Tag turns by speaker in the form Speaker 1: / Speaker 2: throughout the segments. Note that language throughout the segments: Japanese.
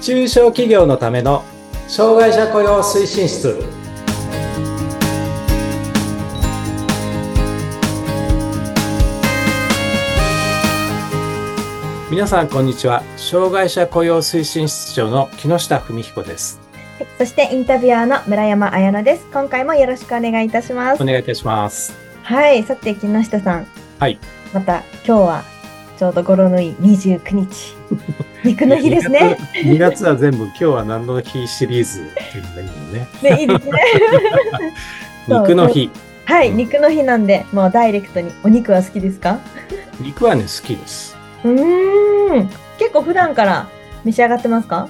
Speaker 1: 中小企業のための障害者雇用推進室皆さんこんにちは障害者雇用推進室長の木下文彦です
Speaker 2: そしてインタビュアーの村山彩乃です。今回もよろしくお願いいたします
Speaker 1: お。願いいたします
Speaker 2: はい、さて木下さん。
Speaker 1: はい。
Speaker 2: また今日はちょうど語呂のいい29日。 肉の日ですね。
Speaker 1: 2月 ,2 月は全部今日は何の日シリーズっていうのがいいのね
Speaker 2: ね、いいですね。 そう
Speaker 1: 肉の日
Speaker 2: はい、肉の日なんで、もうダイレクトにお肉は好きですか？
Speaker 1: 肉はね好きです
Speaker 2: うーん。結構普段から召し上がってますか？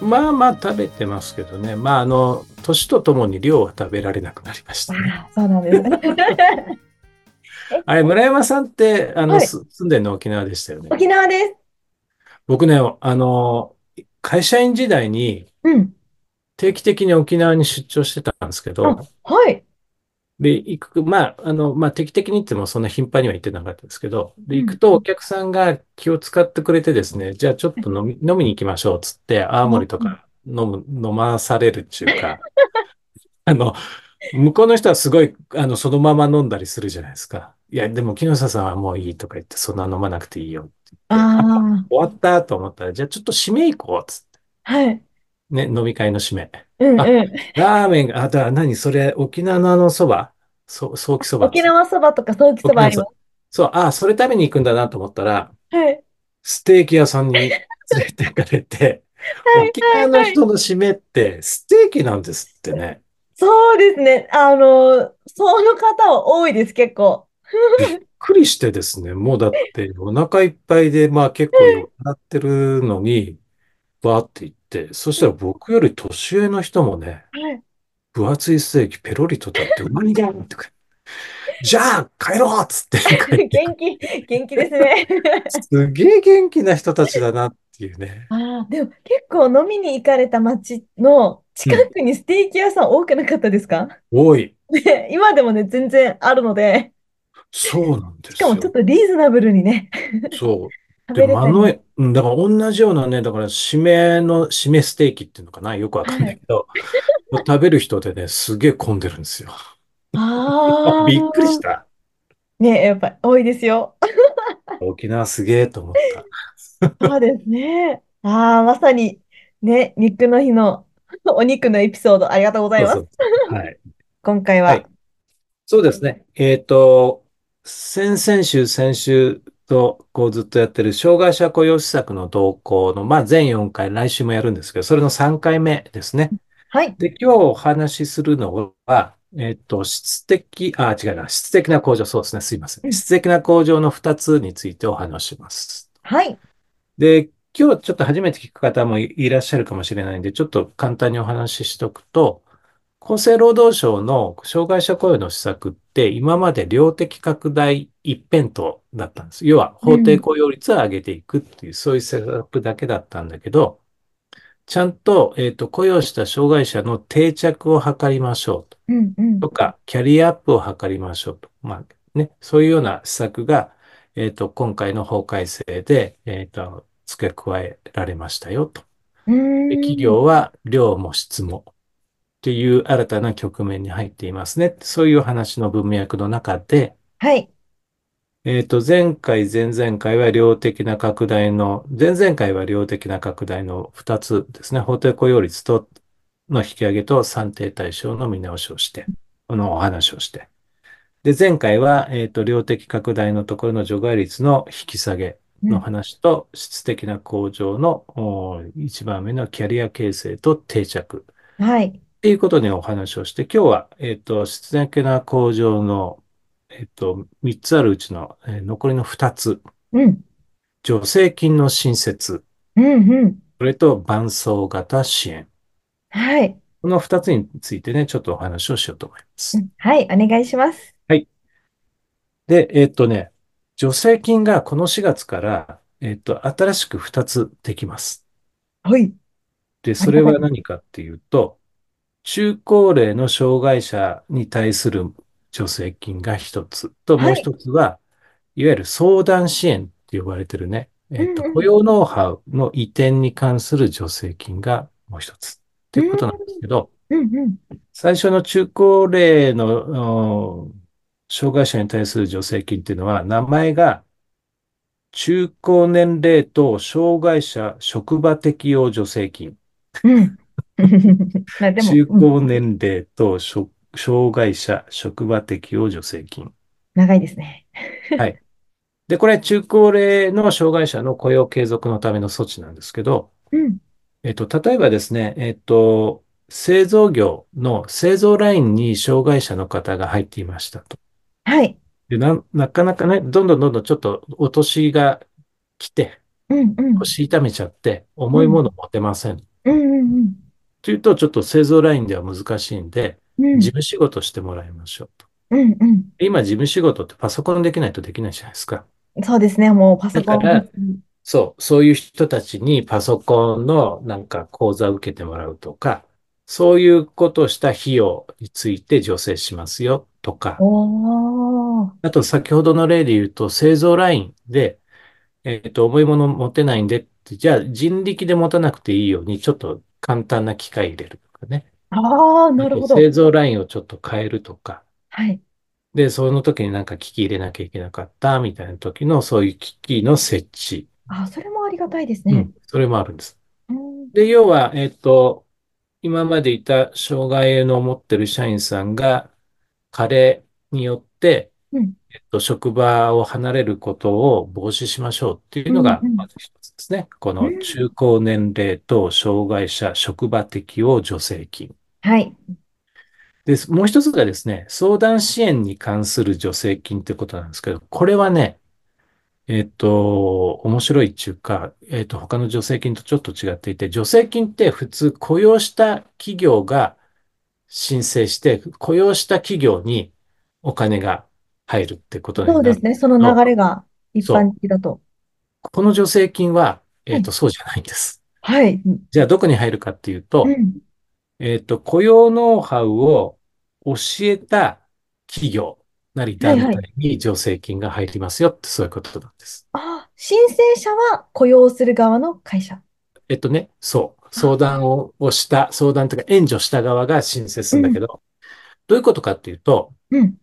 Speaker 1: まあまあ食べてますけどねまああの年とともに量は食べられなくなりましたね
Speaker 2: あ、そうなんです。
Speaker 1: あれ、村山さんって、あの、
Speaker 2: はい
Speaker 1: す住んでるの沖縄でしたよね。
Speaker 2: 沖縄です。
Speaker 1: 僕ね、あの、会社員時代に
Speaker 2: うん。
Speaker 1: 定期的に沖縄に出張してたんですけ
Speaker 2: あ
Speaker 1: ど、
Speaker 2: はい。
Speaker 1: で、行く、まあ、あの、まあ、定期的にって言ってもそんな頻繁には行ってなかったですけど、で、
Speaker 2: うん
Speaker 1: 行くとお客さんが気を使ってくれてですね、じゃあちょっと飲み、飲みに行きましょうっつって、青森とか飲む、飲まされるっていうか、 あの、向こうの人はすごい、あの、そのまま飲んだりするじゃないですか。いや、でも木下さんはもういいとか言って、そんな飲まなくていいよ。
Speaker 2: あ
Speaker 1: 終わったと思ったら、じゃあちょっと締め行こうっつって。
Speaker 2: あ、はい。
Speaker 1: ね、飲み会の締め。
Speaker 2: うん
Speaker 1: あ
Speaker 2: うん。
Speaker 1: ラーメンが、あ、だ、何それ、沖縄のあのそばそ、ソーキそば。
Speaker 2: 沖縄そばとかソーキそばあります。
Speaker 1: そう、あ、それ食べに行くんだなと思ったら、
Speaker 2: はい。
Speaker 1: ステーキ屋さんに連れて行かれて、
Speaker 2: はい
Speaker 1: 沖縄の人の締めってステーキなんですってね。
Speaker 2: そうですね。あの、その方は多いです、結構。
Speaker 1: びっくりしてですね、もうだってお腹いっぱいで、まあ結構酔っ払ってるのに、バーって行って、そしたら僕より年上の人もね、
Speaker 2: はい。
Speaker 1: 分厚いステーキペロリと食ってうまいだんとか。じゃあ帰ろうっ つって帰って
Speaker 2: 元気、元気ですね。
Speaker 1: すげえ元気な人たちだなっていうね。
Speaker 2: ああ、でも結構飲みに行かれた街の近くにステーキ屋さん多くなかったですか、
Speaker 1: 多い。
Speaker 2: ね今でもね、全然あるので、
Speaker 1: そうなんで
Speaker 2: し
Speaker 1: す
Speaker 2: か
Speaker 1: よ
Speaker 2: もちょっ。とリーズナブルにね、
Speaker 1: そう。
Speaker 2: 食
Speaker 1: で、
Speaker 2: べれた
Speaker 1: マ
Speaker 2: り。
Speaker 1: ノエ、うんだから同じようなね、だから締めの、締めステーキっていうのかな、よくわかんないけど、食べる人でね、すげえ混んでるんですよ。
Speaker 2: ああ、
Speaker 1: びっくりした。
Speaker 2: ね、やっぱ多いですよ。
Speaker 1: 沖縄すげえと思った。
Speaker 2: そうですね。ああ、まさに、ね、肉の日のお肉のエピソード、ありがとうございます。
Speaker 1: そうそうはい。
Speaker 2: 今回は。
Speaker 1: はいそうですね。えっと、先々週、先週と、こうずっとやってる障害者雇用施策の動向の、まあ全4回、来週もやるんですけど、それの3回目ですね。
Speaker 2: はい。
Speaker 1: で、今日お話しするのは、えっと、質的、あ、違うな、質的な向上、そうですね、すいませ。
Speaker 2: うんん
Speaker 1: 質的な向上の2つについてお話しします。
Speaker 2: はい。
Speaker 1: で、今日ちょっと初めて聞く方もいいらっしゃるかもしれないんで、ちょっと簡単にお話ししとくと、厚生労働省の障害者雇用の施策って今まで量的拡大一辺倒だったんです。要は法定雇用率を上げていくっていう、そういうセットアップだけだったんだけど、ちゃんと、えっと、雇用した障害者の定着を図りましょうと。
Speaker 2: うんうん。
Speaker 1: とか、キャリアアップを図りましょうと。まあね、そういうような施策が、えっと、今回の法改正で、えっと、付け加えられましたよと。
Speaker 2: うーん
Speaker 1: で企業は量も質もっていう新たな局面に入っていますね。そういう話の文脈の中で、
Speaker 2: はい。
Speaker 1: えっと、前回、前々回は量的な拡大の、前々回は量的な拡大の2つですね。法定雇用率との引き上げと算定対象の見直しをして、このお話をして。で、前回は、えっと、量的拡大のところの除外率の引き下げの話と、質的な向上のおー一番目のキャリア形成と定着。
Speaker 2: はい。
Speaker 1: っていうことでお話をして、今日は、えっと、質的な向上の、えっと、3つあるうちの、えー残りの2つ、
Speaker 2: うん。
Speaker 1: 助成金の新設、
Speaker 2: うんうん。
Speaker 1: それと伴走型支援。
Speaker 2: はい。
Speaker 1: この2つについてね、ちょっとお話をしようと思いま
Speaker 2: う
Speaker 1: す。
Speaker 2: んはい。お願いします。
Speaker 1: で、えっとね、助成金がこの4月から、えっと、新しく2つできます。
Speaker 2: はい。
Speaker 1: で、それは何かっていうと、中高齢の障害者に対する助成金が一つと、
Speaker 2: はい
Speaker 1: もう一つは、いわゆる相談支援って呼ばれてるね、
Speaker 2: う
Speaker 1: えっ
Speaker 2: ん
Speaker 1: と、
Speaker 2: う
Speaker 1: 雇
Speaker 2: ん
Speaker 1: 用ノウハウの移転に関する助成金がもう一つっていうことなんですけど、
Speaker 2: うんうん
Speaker 1: 最初の中高齢の、うん障害者に対する助成金っていうのは、名前が中高年齢等障害者職場適用助成金。
Speaker 2: うん。 まあでも、
Speaker 1: 中
Speaker 2: うん
Speaker 1: 高年齢等職障害者職場適用助成金。
Speaker 2: 長いですね。
Speaker 1: はい。で、これ中高齢の障害者の雇用継続のための措置なんですけど、
Speaker 2: うん
Speaker 1: えっと、例えばですね、えっと、製造業の製造ラインに障害者の方が入っていましたと。
Speaker 2: はい。
Speaker 1: で、な、なかなかね、どんどんどんどんちょっとお年が来て、
Speaker 2: うんうん
Speaker 1: 腰痛めちゃって
Speaker 2: う
Speaker 1: 重いも
Speaker 2: ん
Speaker 1: の持てません。
Speaker 2: うん
Speaker 1: というと、ちょっと製造ラインでは難しいんで、
Speaker 2: うんう
Speaker 1: 事
Speaker 2: ん
Speaker 1: 務仕事してもらいましょうと。
Speaker 2: うんうん
Speaker 1: 今、事務仕事ってパソコンできないとできないじゃないですか。
Speaker 2: うんそうですね。もうパ
Speaker 1: だ
Speaker 2: ソ
Speaker 1: か
Speaker 2: コン本
Speaker 1: ら、
Speaker 2: 当に。
Speaker 1: そう、そういう人たちにパソコンのなんか講座を受けてもらうとか、そういうことをした費用について助成しますよとか、
Speaker 2: おー。
Speaker 1: あと先ほどの例で言うと、製造ラインで、えっと、重いもの持てないんでって、じゃあ人力で持たなくていいように、ちょっと簡単な機械入れるとかね。
Speaker 2: ああ、
Speaker 1: あ
Speaker 2: なる
Speaker 1: と
Speaker 2: ほど。
Speaker 1: 製造ラインをちょっと変えるとか。
Speaker 2: はい。
Speaker 1: で、その時になんか機器入れなきゃいけなかったみたいな時のそういう機器の設置。
Speaker 2: あ、それもありがたいです
Speaker 1: う
Speaker 2: ね。
Speaker 1: ん。それもあるんです。
Speaker 2: うん
Speaker 1: で、要は、えっと、今までいた障害の持ってる社員さんが、加齢によって、
Speaker 2: うん
Speaker 1: えっと、職場を離れることを防止しましょうっていう
Speaker 2: う
Speaker 1: の
Speaker 2: ん
Speaker 1: が、
Speaker 2: う
Speaker 1: ま
Speaker 2: ん
Speaker 1: ず一つですね。こ
Speaker 2: う
Speaker 1: の
Speaker 2: ん
Speaker 1: 中高年齢等障害者職場適用助成金。
Speaker 2: はい。
Speaker 1: で、もう一つがですね、相談支援に関する助成金ってことなんですけど、これはね、えっと、面白いっていうか、えっと、他の助成金とちょっと違っていて、助成金って普通雇用した企業が申請して、雇用した企業にお金が入るってことに
Speaker 2: そう
Speaker 1: な
Speaker 2: で
Speaker 1: るん
Speaker 2: す
Speaker 1: で
Speaker 2: ね。
Speaker 1: す
Speaker 2: その
Speaker 1: けど、
Speaker 2: 流れが一
Speaker 1: そ
Speaker 2: 般
Speaker 1: う。
Speaker 2: 的だと。
Speaker 1: この助成金は、え
Speaker 2: は
Speaker 1: っ
Speaker 2: い。
Speaker 1: と、そうじゃないんです。
Speaker 2: はい。うん
Speaker 1: じゃあ、どこに入るかっていう
Speaker 2: う
Speaker 1: と、
Speaker 2: ん
Speaker 1: えっと、雇用ノウハウを教えた企業なり
Speaker 2: はい
Speaker 1: 団
Speaker 2: はい。
Speaker 1: 体に助成金が入りますよって、そういうことなんです。
Speaker 2: あ、申請者は雇用する側の会社。
Speaker 1: えっとね、そう、
Speaker 2: あ、
Speaker 1: 相談ををした、相談というか援助した側が申請す
Speaker 2: う
Speaker 1: るんだけ
Speaker 2: ん
Speaker 1: ど、どういうことかっていうと、
Speaker 2: うん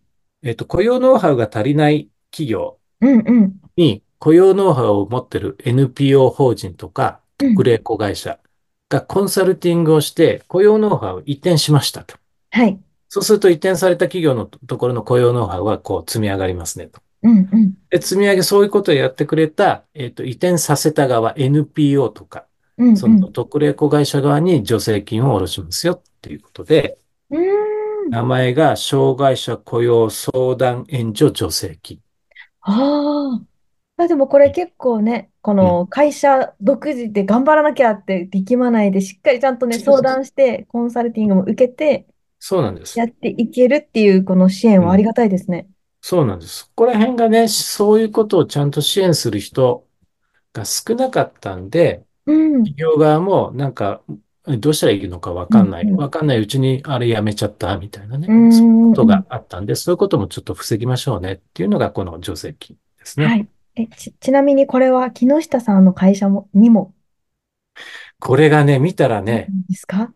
Speaker 1: えっと、雇用ノウハウが足りない企業
Speaker 2: うんうん
Speaker 1: に、雇用ノウハウを持ってる NPO 法人とか
Speaker 2: う
Speaker 1: 特
Speaker 2: ん。
Speaker 1: 例子会社がコンサルティングをして、雇用ノウハウを移転しましたと。
Speaker 2: はい。
Speaker 1: そうすると移転された企業のところの雇用ノウハウはこう積み上がりますねと。
Speaker 2: うんうん。
Speaker 1: で、積み上げ、そういうことをやってくれた、えっと、移転させた側、NPO とか、
Speaker 2: うん
Speaker 1: そうの
Speaker 2: ん。
Speaker 1: 特例子会社側に助成金を下ろしますよっていうことで、
Speaker 2: うーん。
Speaker 1: 名前が障害者雇用相談援助助成金。
Speaker 2: あーまあ。でもこれ結構ね、こ
Speaker 1: うん。
Speaker 2: の会社独自で頑張らなきゃって力まないで、しっかりちゃんとね、
Speaker 1: そう
Speaker 2: 相
Speaker 1: そうそう。
Speaker 2: 談して、コンサルティングも受けて、
Speaker 1: そうなんで
Speaker 2: や
Speaker 1: す。
Speaker 2: っていけるっていうこの支援
Speaker 1: う
Speaker 2: はあり
Speaker 1: ん。
Speaker 2: がたいですね。
Speaker 1: そうなんです。ここら辺がね、そういうことをちゃんと支援する人が少なかったんで、
Speaker 2: うん。
Speaker 1: 企業側もなんか、どうしたらいいのかわ
Speaker 2: う
Speaker 1: かん
Speaker 2: ん
Speaker 1: ない。
Speaker 2: うん。
Speaker 1: わかんないうちにあれやめちゃったみたいな
Speaker 2: う
Speaker 1: ね。そういうこ
Speaker 2: んうん
Speaker 1: と
Speaker 2: う
Speaker 1: が
Speaker 2: ん。
Speaker 1: あったんで、そういうこともちょっと防ぎましょうねっていうのがこの助成金です
Speaker 2: は
Speaker 1: ね。
Speaker 2: い。え、ち、ちなみにこれは木下さんの会社も、にも、
Speaker 1: これがね、見たら
Speaker 2: ある
Speaker 1: ね、
Speaker 2: んですか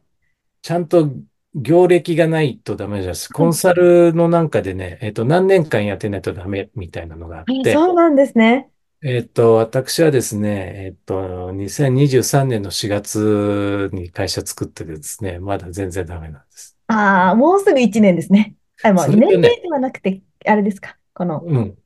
Speaker 1: ちゃんと業歴がないとダメです。
Speaker 2: う
Speaker 1: コン
Speaker 2: ん
Speaker 1: サルのなんかでね、えっと、何年間やってないとダメみたいなのがあっ
Speaker 2: あ、
Speaker 1: て、
Speaker 2: そうなんですね。
Speaker 1: えっと、私はですね、えっと、2023年の4月に会社作ってですね、まだ全然ダメなんです。
Speaker 2: ああ、もうすぐ1年ですね。あ、もう
Speaker 1: そ
Speaker 2: 年
Speaker 1: れと
Speaker 2: 齢
Speaker 1: ね、
Speaker 2: ではなくて、あれですか。この、
Speaker 1: うん、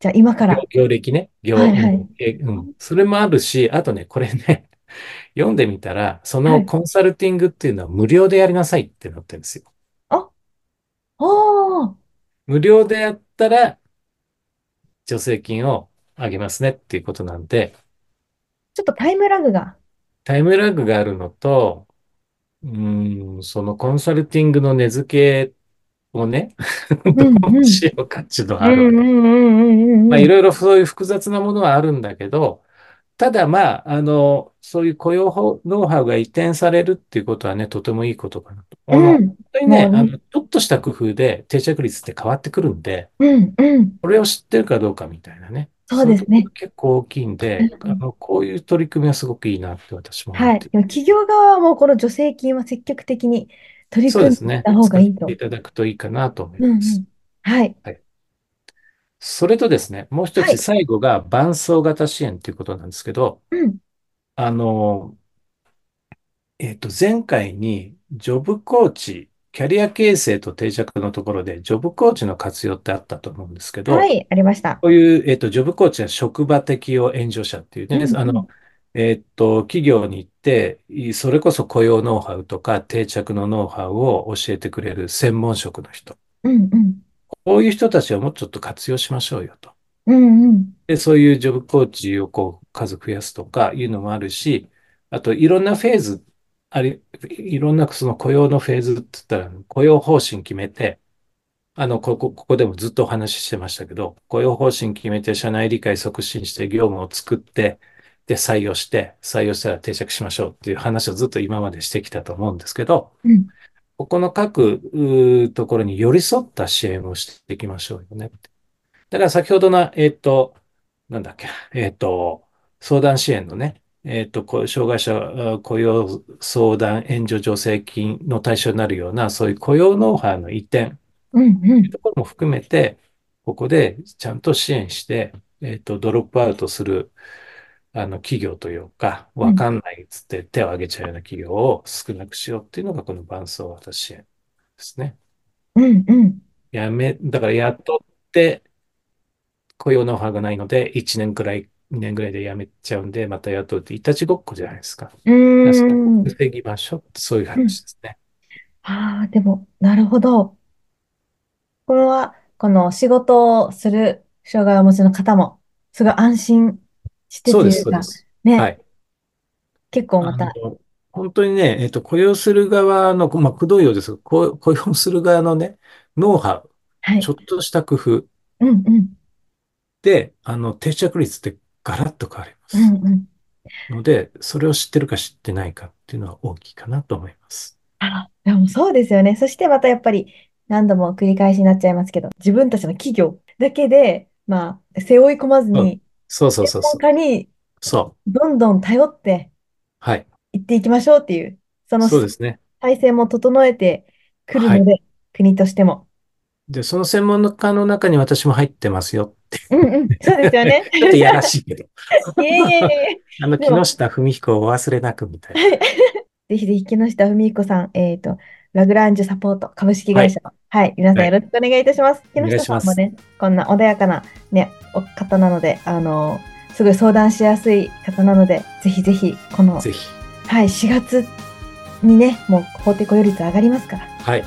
Speaker 2: じゃあ今か
Speaker 1: 業、
Speaker 2: ら。
Speaker 1: 業歴ね、
Speaker 2: は
Speaker 1: 業、
Speaker 2: い
Speaker 1: うん、
Speaker 2: はい。
Speaker 1: え、うん、それもあるし、あとね、これね、 読んでみたら、そ
Speaker 2: は
Speaker 1: の
Speaker 2: い。
Speaker 1: コンサルティングっていうのは無料でやりなさいってなってるんですよ。
Speaker 2: あ、おー。
Speaker 1: 無料でやったら、助成金をあげますねっていうことなんで、
Speaker 2: ちょっとタイムラグが。
Speaker 1: タイムラグがあるのと、うーん、そのコンサルティングの根付けをね、
Speaker 2: う
Speaker 1: ど
Speaker 2: ん
Speaker 1: う
Speaker 2: うん。
Speaker 1: しようかっていうの
Speaker 2: う
Speaker 1: はあるわ
Speaker 2: んう
Speaker 1: け。
Speaker 2: んうんうん
Speaker 1: まあ、
Speaker 2: う
Speaker 1: い
Speaker 2: ん
Speaker 1: ろいろそういう複雑なものはあるんだけど、ただまあ、あの、そういう雇用法ノウハウが移転されるっていうことはね、とてもいいことかなと。あの、
Speaker 2: う
Speaker 1: 本
Speaker 2: ん。
Speaker 1: 当に
Speaker 2: も
Speaker 1: ね、
Speaker 2: う
Speaker 1: あ
Speaker 2: ね。
Speaker 1: の、ちょっとした工夫で定着率って変わってくるんで、
Speaker 2: うんうん。
Speaker 1: これを知ってるかどうかみたいなね、
Speaker 2: そう
Speaker 1: そうい
Speaker 2: で
Speaker 1: う
Speaker 2: す
Speaker 1: ところ
Speaker 2: ね。
Speaker 1: が結構大きいん
Speaker 2: う
Speaker 1: で、
Speaker 2: んう
Speaker 1: あ
Speaker 2: ん
Speaker 1: の、こういう取り組みはすごくいいなって私も思っ
Speaker 2: はい。
Speaker 1: てる。
Speaker 2: でも企業側はもうこの助成金は積極的に取り
Speaker 1: そうで
Speaker 2: 組ん
Speaker 1: す
Speaker 2: でいっ
Speaker 1: ね。
Speaker 2: た方が
Speaker 1: 使っ
Speaker 2: いい
Speaker 1: て
Speaker 2: と。
Speaker 1: いただくといいかなと思い
Speaker 2: うん
Speaker 1: ま
Speaker 2: う
Speaker 1: す。
Speaker 2: ん。はい。
Speaker 1: はいそれとですね、もう一
Speaker 2: は
Speaker 1: つ
Speaker 2: い。
Speaker 1: 最後が伴走型支援ということなんですけど、
Speaker 2: うん。
Speaker 1: あの、えっと、前回にジョブコーチ、キャリア形成と定着のところで、ジョブコーチの活用ってあったと思うんですけ
Speaker 2: は
Speaker 1: ど、
Speaker 2: い。ありました。
Speaker 1: こういう、えっと、ジョブコーチは職場適用援助者っていう
Speaker 2: う
Speaker 1: ね、
Speaker 2: ん
Speaker 1: あ
Speaker 2: う
Speaker 1: の、
Speaker 2: ん。
Speaker 1: えっと、企業に行って、いそれこそ雇用ノウハウとか定着のノウハウを教えてくれる専門職の人。
Speaker 2: うんうん。
Speaker 1: こういう人たちをもうちょっと活用しましょうよと。
Speaker 2: うんうん。
Speaker 1: で、そういうジョブコーチをこう数増やすとかいうのもあるし、あといろんなフェーズ、あり、いろんなその雇用のフェーズって言ったら、雇用方針決めて、あの、ここ、ここでもずっとお話ししてましたけど、雇用方針決めて、社内理解促進して、業務を作って、で、採用して、採用したら定着しましょうっていう話をずっと今までしてきたと思うんですけど、
Speaker 2: うん
Speaker 1: ここの各うーところに寄り添った支援をしていきましょうよね。だから先ほどの、えっと、なんだっけ、えっと、相談支援のね、えっと、こう障害者あ雇用相談援助助成金の対象になるような、そういう雇用ノウハウの移転
Speaker 2: うんう。
Speaker 1: というんところも含めて、ここでちゃんと支援して、えっと、ドロップアウトする、あの、企業というか、
Speaker 2: う
Speaker 1: わ
Speaker 2: ん
Speaker 1: かんないっつって手を挙げちゃうような企業を少なくしようっていうのが、この伴走型支援ですね。
Speaker 2: うんうん。
Speaker 1: やめ、だから雇って、雇用ノウハウがないので、1年くらい、2年ぐらいで辞めちゃうんで、また雇うって、いたちごっこじゃないですか。だか
Speaker 2: う
Speaker 1: らそれを
Speaker 2: ーん。
Speaker 1: 防ぎましょうってそういう
Speaker 2: うん
Speaker 1: 話ですね。
Speaker 2: ああ、でも、なるほど。これは、この仕事をする障害をお持ちの方も、すごい安心して
Speaker 1: そうで
Speaker 2: とい
Speaker 1: す、
Speaker 2: う
Speaker 1: そうで
Speaker 2: か、
Speaker 1: す。は
Speaker 2: ね、
Speaker 1: い。
Speaker 2: 結構ま
Speaker 1: あ
Speaker 2: た、
Speaker 1: の、本当にね、えっと、雇用する側の、まあ、くどいようですが、雇雇用する側のね、ノウハウ、
Speaker 2: は
Speaker 1: ち
Speaker 2: い。
Speaker 1: ょっとした工夫
Speaker 2: うんうん。
Speaker 1: で、あの、定着率ってガラッと変わりま
Speaker 2: う
Speaker 1: す。
Speaker 2: んうん。
Speaker 1: ので、それを知ってるか知ってないかっていうのは大きいかなと思います。
Speaker 2: あ、でもそうですよね。そしてまたやっぱり何度も繰り返しになっちゃいますけど、自分たちの企業だけで、まあ、背負い込まず
Speaker 1: うん。
Speaker 2: に、
Speaker 1: そうそう
Speaker 2: 専
Speaker 1: そう
Speaker 2: 門
Speaker 1: そう。
Speaker 2: 家に
Speaker 1: そう。
Speaker 2: どんどん頼って
Speaker 1: はい。
Speaker 2: いっていきましょうっていう、その
Speaker 1: そうですね。
Speaker 2: 体制も整えてくる
Speaker 1: は
Speaker 2: の
Speaker 1: い。
Speaker 2: で、国としても。
Speaker 1: で、その専門家の中に私も入ってますよって。
Speaker 2: うんうん、そうですよね。
Speaker 1: ちょっといやらしいけ ど。
Speaker 2: いえいえいえいえ。
Speaker 1: あの、
Speaker 2: で
Speaker 1: 木
Speaker 2: も、
Speaker 1: 下文彦をお忘れなくみたい
Speaker 2: はい。ぜひぜひ、木下文彦さん、えっと、ラグランジュサポート株式
Speaker 1: な。は
Speaker 2: 会
Speaker 1: い。
Speaker 2: 社の、はい、皆さ
Speaker 1: は
Speaker 2: んよ
Speaker 1: い。
Speaker 2: ろしくお願いいたします。木
Speaker 1: お願い
Speaker 2: 下
Speaker 1: し
Speaker 2: さ
Speaker 1: ま
Speaker 2: んも
Speaker 1: す。
Speaker 2: ね、こんな穏やかな、ね、お方なので、あのーすごい相談しやすい方なので、ぜひぜひ、この、
Speaker 1: ぜひ。
Speaker 2: はい、4月にね、もう法定雇用率上がりますから、
Speaker 1: はい。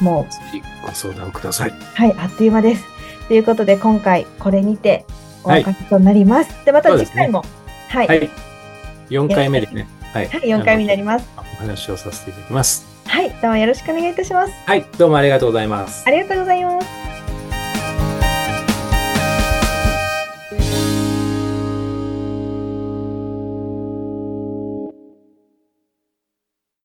Speaker 2: もう、
Speaker 1: ぜひご相談ください。
Speaker 2: はい、あっという間です。ということで、今回、これにてお
Speaker 1: はい。
Speaker 2: 別れとなります。で、また
Speaker 1: そうで
Speaker 2: 次
Speaker 1: す
Speaker 2: 回
Speaker 1: ね。
Speaker 2: も、はい、
Speaker 1: はい。4
Speaker 2: よろ
Speaker 1: 回
Speaker 2: し
Speaker 1: 目で
Speaker 2: く、
Speaker 1: すね。はい。
Speaker 2: はい、4
Speaker 1: あ
Speaker 2: 回目
Speaker 1: の、
Speaker 2: になります。
Speaker 1: お話をさせていただきます。
Speaker 2: はい、どうもよろしくお願いいたします。
Speaker 1: はい。どうもありがとうございます。
Speaker 2: ありがとうございます。